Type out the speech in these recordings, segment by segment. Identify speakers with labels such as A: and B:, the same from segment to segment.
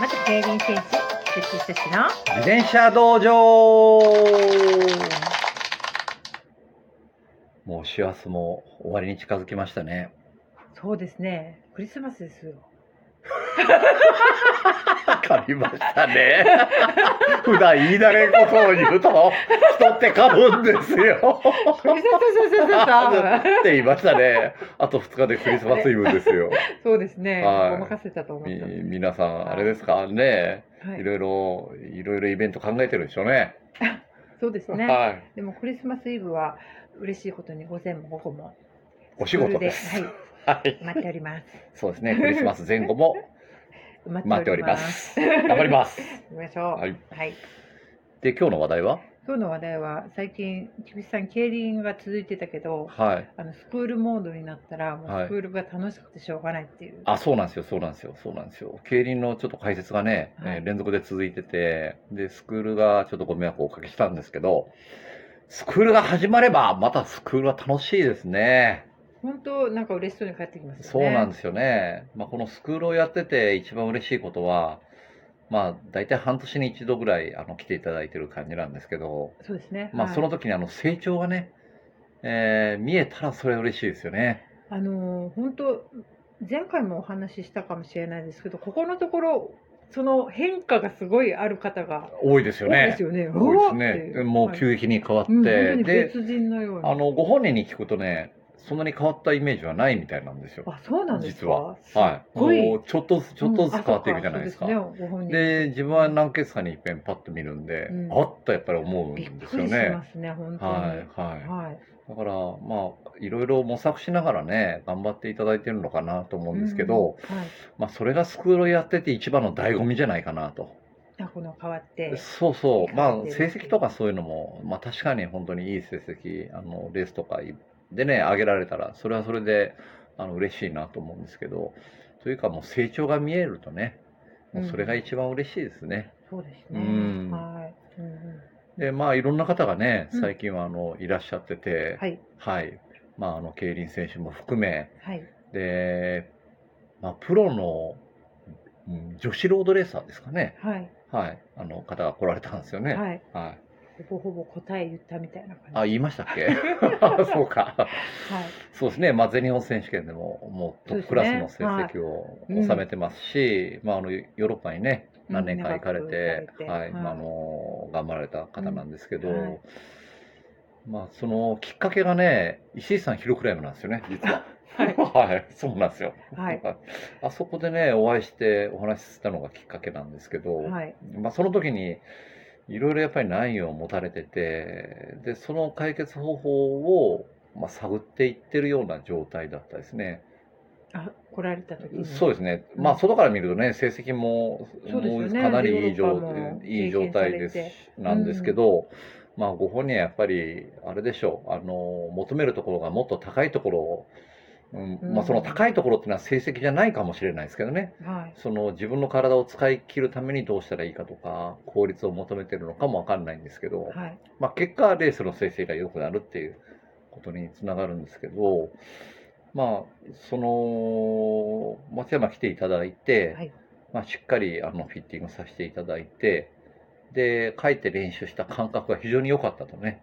A: 元競輪選手、菊池寿司の
B: 自転車道場もう師走も終わりに近づきましたね。
A: そうですね。クリスマスですよ。
B: わかりました ね。普段言い慣れんことを言うと、人ってかぶんですよ。
A: クリスマスそうそうそうそう
B: って言いましたね。あと2日でクリスマスイブですよ。
A: そうですね。
B: はい
A: ごまかせたと思っ
B: み
A: たんで。
B: 皆さん、あれですかね。
A: はいい。
B: ろいろ、いろいろイベント考えてるでしょうね。
A: そうですね。
B: はい。
A: でもクリスマスイブは嬉しいことに午前も午後も
B: お仕事です。
A: フルで
B: はい。
A: はい待っております。
B: そうですね。クリスマス前後も 待っておりま。す。頑張ります。
A: 行きましょう。
B: は
A: はいい。
B: で、今日の話題は
A: 今日の話題は最近菊池さん競輪が続いてたけど、
B: はい。
A: あのスクールモードになったらも
B: はいう
A: スクールが楽しくてしょうがないっていう。
B: あ、そうなんですよ、そうなんですよ、そうなんですよ。競輪のちょっと解説がね、
A: はい
B: えー連続で続いてて、で、スクールがちょっとご迷惑をおかけしたんですけど、スクールが始まれば、またスクールは楽しいですね。
A: 本当なんか嬉しそうに帰ってきますよね。
B: そうなん
A: です。
B: ですよね。まあ、このスクールをやってて一番嬉しいことは、まあ、大体半年に一度ぐらい、あの、来ていただいてる感じなんですけど、
A: そうですね。
B: ま
A: は
B: あ、
A: い
B: その時にあの、成長がね、えー見えたらそれは嬉しいですよね。
A: あのー本当前回もお話ししたかもしれないですけどここのところその変化がすごいある方が
B: 多いで
A: 多
B: すよ
A: いで
B: ね
A: す。よね。
B: 多い
A: おー
B: で
A: っ
B: す
A: て
B: ね。もう
A: はい
B: 急激に変わって、
A: うん、本当に
B: で、
A: 別人のように。
B: あのご本人に聞くとねそんなに変わったイメージはないみたいなんですよ。
A: あそうなんです
B: 実
A: か。
B: は、
A: すっ
B: はい、
A: ごい
B: もうちょっとずつちょっとずつ変わっていくじゃないですか。
A: うん
B: で
A: あそうかそうですね、ご本人
B: 自分は何決かにいっぺんパッと見るんで、
A: うん
B: あっとやっぱり思うん
A: びっ
B: です
A: く
B: よ
A: りし
B: ね
A: ま。すね本当に。
B: はいは
A: はい
B: い、だからまあいろいろ模索しながらね頑張っていただいてるのかなと思うんですけど、
A: うんはい、
B: まあ、それがスクールをやってて一番の醍醐味じゃないかなと
A: あこの変わって、
B: そうそう、まあ
A: 感じ、です
B: 成績とかそういうのも、まあ、確かに本当にいい成績、あのレースとかでね、上げられたら、それはそれであの嬉しいなと思うんですけど、というか、もう成長が見えるとね、もうそれが一番嬉しいですね。
A: そうですね。
B: うん
A: はい、うんう
B: で、まあ、いろんな方がね、
A: うん
B: 最近はあのいらっしゃってて
A: ん、はい
B: はい、まあ、あの競輪選手も含め、
A: はい
B: で、まあ、プロのうん女子ロードレーサーですかね、
A: はい、
B: はい、あの方が来られたんですよね。
A: はい、
B: はい
A: ほぼほぼ答え言ったみたいな感じ。
B: あ、言いましたっ けそうか。
A: はい
B: そうですね。まあ、全日本選手権でも、もうトップクラスの成績を
A: そうですねはい
B: 収めてますし、まあ、あの、ヨーロッパにね、
A: うん
B: 何年か行かれて、
A: 長く行か
B: は
A: れ
B: い、
A: て
B: まあ、あの、頑張られた方なんですけど、
A: うんはい
B: まあ、そのきっかけがね、石井さんヒルクライムなんですよね、実は。
A: はい
B: そうなんですよ。
A: はい
B: あそこでね、お会いしてお話ししたのがきっかけなんですけど、
A: はい、
B: まあ、その時にいろいろやっぱり難易を持たれててでその解決方法を、まあ、探っていってるような状態だったですね、
A: あ来られた時に
B: そうですね、まあ
A: うん
B: 外から見るとね成績も
A: そうですよ
B: もう
A: ね
B: かなりいい
A: ヨーロ
B: 状
A: ッパも
B: いい状態です
A: 経験
B: なんですけど、まあご本人はやっぱりあれでしょうあの求めるところがもっと高いところを、うんまあ、その高いところっていうのは成績じゃないかもしれないですけどね
A: はい
B: その自分の体を使い切るためにどうしたらいいかとか効率を求めてるのかもわかんないんですけど、
A: はい
B: まあ、結果レースの成績が良くなるっていうことにつながるんですけどまあその松山来ていただいて、
A: はい
B: まあ、しっかりあのフィッティングさせていただいてで書いて練習した感覚が非常に良かったとね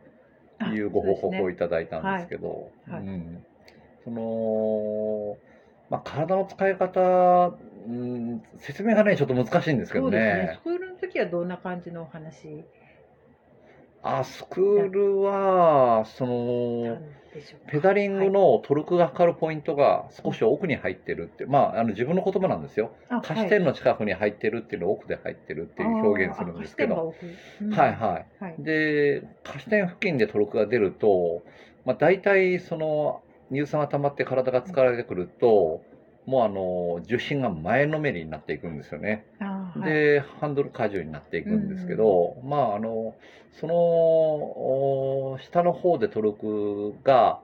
A: あ
B: いうご報告
A: そう
B: を
A: で
B: いただいたんですけど、
A: はいはい
B: うん、その、まあ、体の使い方、うん、説明がねちょっと難しいんです
A: す
B: け
A: ねそう
B: どね
A: ですねスクールの時はどんな感じのお話
B: あスクールはそ
A: な
B: の
A: んでしょうか
B: ペダリングのトルクがかかるポイントが少し奥に入ってるって、まあ、あの自分の言葉なんですよ
A: あ
B: 貸し点の近くに入ってるっていうのを奥で入ってるっていう表現するんですけど、
A: は
B: はいいはい
A: はい
B: で、下支点付近でトルクが出ると、まあ、大体その乳酸が溜まって体が疲れてくると、もうあの重心が前のめりになっていくんですよね。
A: あーはい
B: で、ハンドル荷重になっていくんですけど、まああの、そのお下の方でトルクが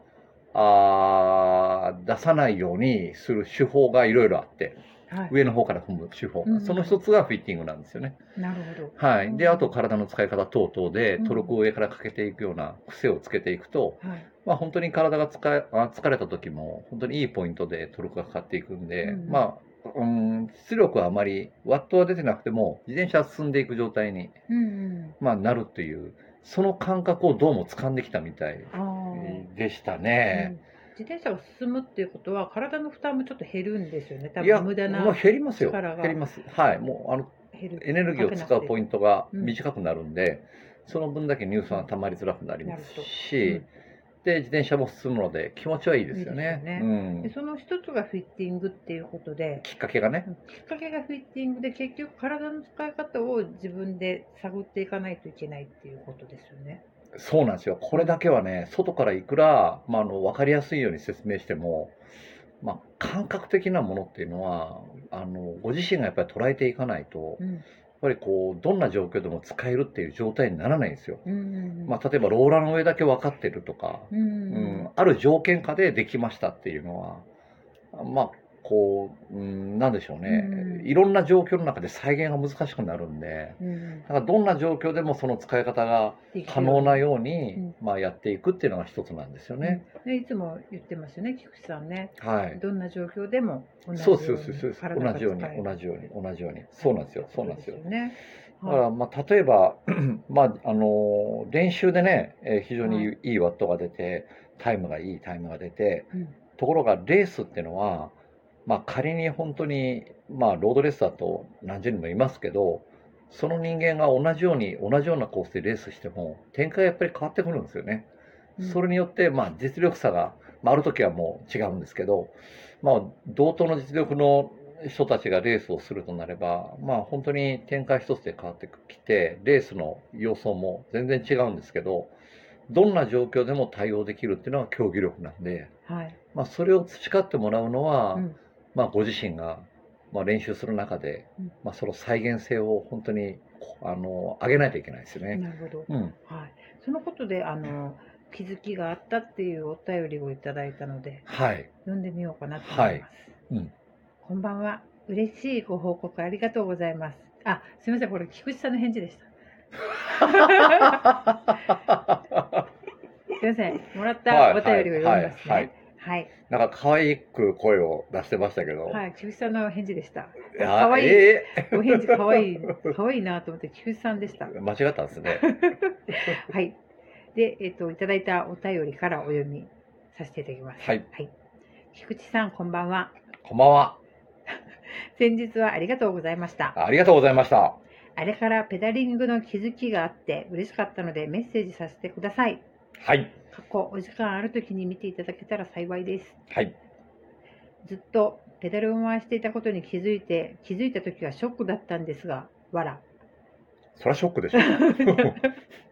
B: あー出さないようにする手法がいろいろあって、
A: はい
B: 上の方から踏む手法、
A: うん
B: その一つがフィッティングなんですよね。
A: なるほど
B: はい、で
A: うん
B: あと体の使い方等々で
A: うん
B: トルクを上からかけていくような癖をつけていくと、
A: はい
B: まあ、本当に体が疲れあ疲れた時も本当にいいポイントでトルクがかかっていくんで、
A: うん
B: まあうん、出力はあまり、ワットは出てなくても、自転車は進んでいく状態に、
A: うん
B: まあ、なるっていう、その感覚をどうも掴んできたみたい
A: うん。あ
B: でした
A: あ、
B: ね。
A: うん自転車が進むっていうことは体の負担もちょっと減るんですよね。多
B: いや、
A: 分無駄な
B: もう減りますよ。
A: 力が
B: 減ります。はい。もう、あの、
A: 減る。
B: エネルギーを使うポイ
A: ン
B: ントが
A: うん
B: 短くなるんで、その分だけ乳酸は溜まりづらくなりますし、
A: なる
B: で、自転車も進むので、気持ちはいいですよね。
A: いいですよね
B: うん。
A: その一つがフィッティングっていうことで、
B: きっかけがね。
A: きっかけがフィッティングで結局体の使い方を自分で探っていかないといけないっていうことですよね。
B: そうなんですよ。これだけはね、外からいくら、まあ、あの、わかりやすいように説明しても、まあ、感覚的なものっていうのは、あの、ご自身がやっぱり捉えていかないと、やっ
A: うん。
B: ぱりこう、どんな状況でも使えるっていう状態にならないんですよ。
A: うんうんうん。
B: まあ、例えば、ローラーの上だけ分かってるとか、
A: う。
B: うんん、ある条件下でできましたっていうのは、まあ、こう、うん、なんでしょう
A: うん
B: ね。いろんな状況の中で再現が難しくなるんで、
A: うん。
B: だからどんな状況でもその使い方が
A: できる
B: 可能なように、
A: うん
B: まあ、やっていくっていうのが一つなんですよね。
A: うん。ねいつも言ってますよね、菊池さんね。
B: はい。
A: どんな状況でも同じよ
B: そう
A: う
B: で
A: に
B: すそうですそうです。
A: 体が
B: 同
A: 使
B: じように
A: える
B: 同じように同じように。そうなんですよそうなんですよ。
A: ね。
B: だからまあ例えば まああの練習でね、えー非常
A: は
B: にいいワットが出てタイムがいいタイムが出て
A: うん
B: ところがレースっていうのはまあ仮に本当にまあロードレースだと何十人もいますけど。その人間が同じように同じようなコースでレースしても展開がやっぱり変わってくるんですよね。それによって、まあ、実力差が、まあ、ある時はもう違うんですけど、まあ、同等の実力の人たちがレースをするとなれば、まあ、本当に展開一つで変わってきて、レースの様相も全然違うんですけど、どんな状況でも対応できるっていうのが競技力なんで、
A: うんはい。
B: まあ、それを培ってもらうのは、
A: うん
B: まあ、ご自身が、まあ、練習する中で
A: うん、
B: まあ、その再現性を本当に、こあの、上げないといけないですよね。
A: なるほど。
B: うん。
A: はい。そのことであの気づきがあったっていうお便りをいただいたので
B: はい。
A: 読んでみようかなと思います。
B: はいうん
A: こんばんは。嬉しいご報告ありがとうございます。あ、すみません。これ菊池さんの返事でした。すみません。もらったお便りを読みます
B: はい
A: ね。はい。
B: なんか可愛く声を出してましたけど。
A: はい。菊池さんの返事でした。
B: いや
A: 可愛い
B: え
A: お返事かわいい、かわいいなと思って、菊池さんでした。
B: ー間違ったんですね。
A: はい。で、えっ、と、いただいたお便りからお読みさせていただきます。
B: はい。
A: 菊池さん、こんばんは。
B: こんばんは。
A: 先日はありがとうございました。
B: ありがとうございました。
A: あれからペダリングの気づきがあって嬉しかったのでメッセージさせてください。
B: はい。
A: 過去お時間ある時に見ていただけたら幸いです。
B: はい。
A: ずっとペダルを回していたことに気づいて、気づいた時はショックだったんですが、わら。
B: そりゃショックでしょ。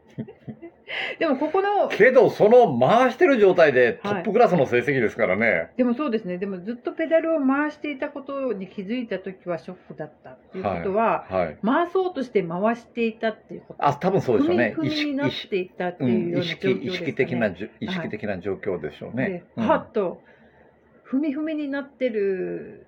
A: でもここの、
B: けど、その回してる状態でト
A: はい
B: ップクラスの成績ですからね。
A: でもそうですね、でもずっとペダルを回していたことに気づいた時はショックだったっていうことは、
B: はい。
A: 回そうとして回していたっていうこと。
B: あ、多分そうでしょうね。
A: 踏み踏みにな
B: 意
A: っ
B: 識、
A: ていたって
B: う、
A: いうんよう
B: 意
A: な状況です
B: 識、
A: か、ね
B: 意識的なじゅ、意識的な状況でしょ
A: で
B: うね。うん
A: パッと踏み踏みになってる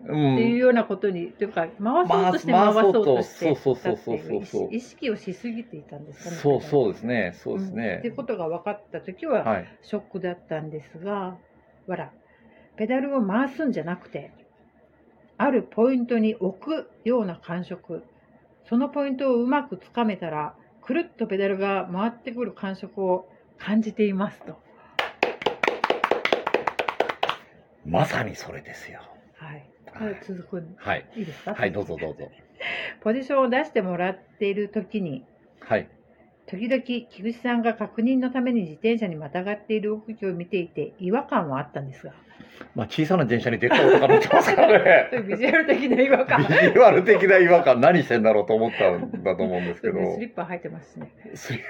B: う。
A: っていうんようなことに、というか回そうとして回そうとして
B: 回そうとそうそうそうそうそう
A: だっていう意識をしすぎていたんですかね。
B: そう、そううですね。そうです
A: んって
B: ね。
A: ことが分かった時は
B: はい。
A: ショックだったんですが、わらペダルを回すんじゃなくてあるポイントに置くような感触そのポイントをうまくつかめたらくるっとペダルが回ってくる感触を感じていますと。
B: まさにそれですよ。
A: はい、こ
B: は
A: れ
B: い。
A: 続くん
B: はい。
A: いいですか
B: はい、どうぞどうぞ。
A: ポジションを出してもらっている時に
B: はい。
A: 時々菊池さんが確認のために自転車にまたがっている動きを見ていて違和感はあったんですが
B: まあ、小さな電車にでっかい音が乗ってますからね
A: そう い。うビジュアル的な違和
B: ビ
A: 感
B: ジュアル的な違和感何してんだろうと思ったんだと思うんですけど
A: ねスリッパ履いてますし ね
B: スリ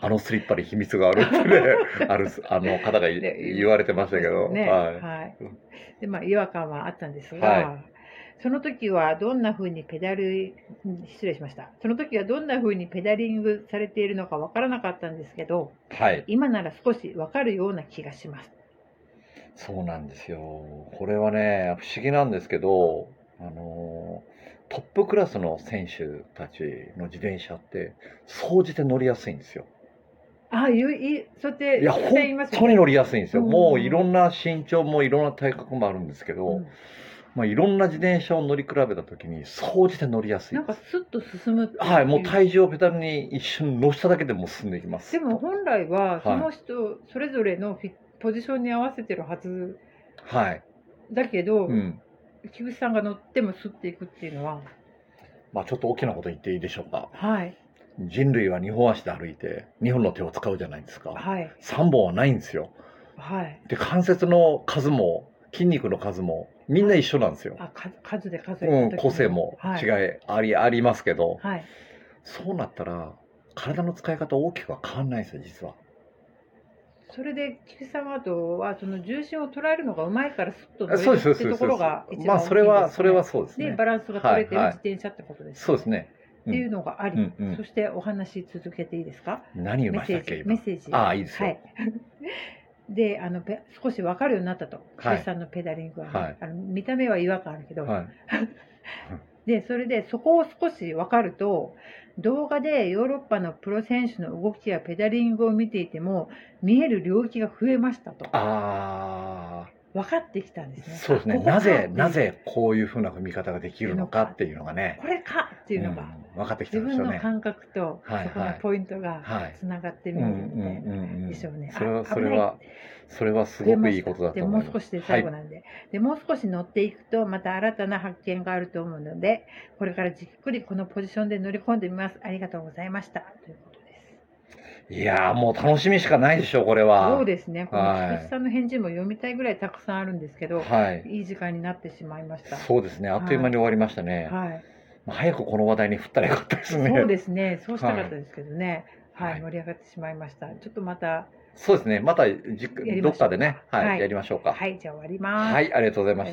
B: あのスリッパに秘密があるってねあるあの方がい
A: ね
B: 言われてましたけど、
A: ね
B: は い
A: はい
B: うん
A: でまあ、違和感はあったんですが、
B: は
A: その時はどんな風にペダルうん失礼しましたその時はどんな風にペダリングされているのかわからなかったんですけど
B: はい、
A: 今なら少しわかるような気がします。
B: そうなんですよこれはね不思議なんですけどあのトップクラスの選手たちの自転車って総じて乗りやすいんですよ
A: ああいういそうやって
B: いや
A: 実
B: 本
A: 際言いますよ
B: 当に乗りやすいんですよ、
A: うん
B: もういろんな身長もいろんな体格もあるんですけど、
A: うん
B: まあ、いろんな自転車を乗り比べた時に総じて乗りやすい
A: なん
B: で
A: か
B: す
A: スッと進むって
B: はいもう体重をペダルに一瞬乗しただけでもう進んでいきます
A: でも本来はその
B: は
A: 人それぞれのフィポジションに合わせてるはず
B: はい、
A: だけど、
B: うん
A: 菊池さんが乗ってもスッていくっていうのは
B: まあ、ちょっと大きなこと言っていいでしょうか
A: はい
B: 人類は2本足で歩いて2本の手を使うじゃないですか
A: はい
B: 3本はないんですよ
A: はい
B: で関節の数も筋肉の数もみんな一緒なんですよ、
A: あか数で数え
B: うん、
A: た時に
B: 個性も違い
A: はい、
B: あり,、ありますけど、
A: はい、
B: そうなったら体の使い方大きくは変わんないんですよ実は
A: それで菊池さんはあとはその重心を捉えるのがうまいからスッと乗
B: そう
A: れ
B: です
A: る
B: そう
A: っ
B: です
A: て
B: そうで
A: と
B: す
A: ころが一番大きいです、ね、
B: まあそれはそれはそうです
A: で
B: ね
A: バランスが取れてる
B: はいは
A: 自
B: い
A: 転車ってことです、
B: そうですねうん
A: っていうのがあり、
B: うんうん
A: そしてお話続けていいですか
B: 何言い
A: メ
B: ま
A: ッ
B: し
A: セ
B: た
A: ー
B: っけ
A: ジ
B: 今
A: メッセージ
B: ああいいですよ
A: はいであのべ少し分かるようになったと菊
B: はい
A: 池さんのペダリングはね、
B: はい
A: あの見た目は違和感あるけど、
B: はい
A: でそれでそこを少し分かると動画でヨーロッパのプロ選手の動きやペダリングを見ていても見える領域が増えましたと
B: あ
A: 分かってきたんで
B: あ
A: すね。
B: そうですね
A: ここか
B: な
A: ってい
B: ぜ
A: う
B: なぜこういうふうな踏み方ができるのかっていうのがね
A: これかっていうのが、
B: うん分かってきた
A: 自分
B: んですよ
A: の
B: ね
A: 感覚とそ
B: はい
A: このポイントが
B: はい
A: つながって
B: う
A: み
B: ん
A: る
B: う
A: みたいな。
B: んうんうん
A: でしょうね
B: それは
A: あ
B: それはそれはす
A: 増えま
B: ごく
A: した
B: いいことだと
A: で
B: 思
A: もう
B: い
A: 少
B: ま
A: し
B: す
A: で最後
B: はい
A: なんで,、でもう少し乗っていくとまた新たな発見があると思うのでこれからじっくりこのポジションで乗り込んでみますありがとうございましたということです
B: いやーもう楽しみしかないでしょこれは
A: そうですねこ
B: は
A: の
B: い
A: 菊池さんの返事も読みたいぐらいたくさんあるんですけど、
B: はい
A: い、い時間になってしまいました
B: そうですねあっという間に終わりましたね、
A: はい、
B: まあ早くこの話題に振ったらよかったですね
A: そうですねそうしたかったですけどねはい、
B: はい
A: 盛り上がってしまいましたちょっとまた
B: そうですねまたじっ
A: やりましょう
B: どっかでね、はい
A: はい
B: やりましょうか
A: はいじゃあ終わります
B: はい、ありがとうございました。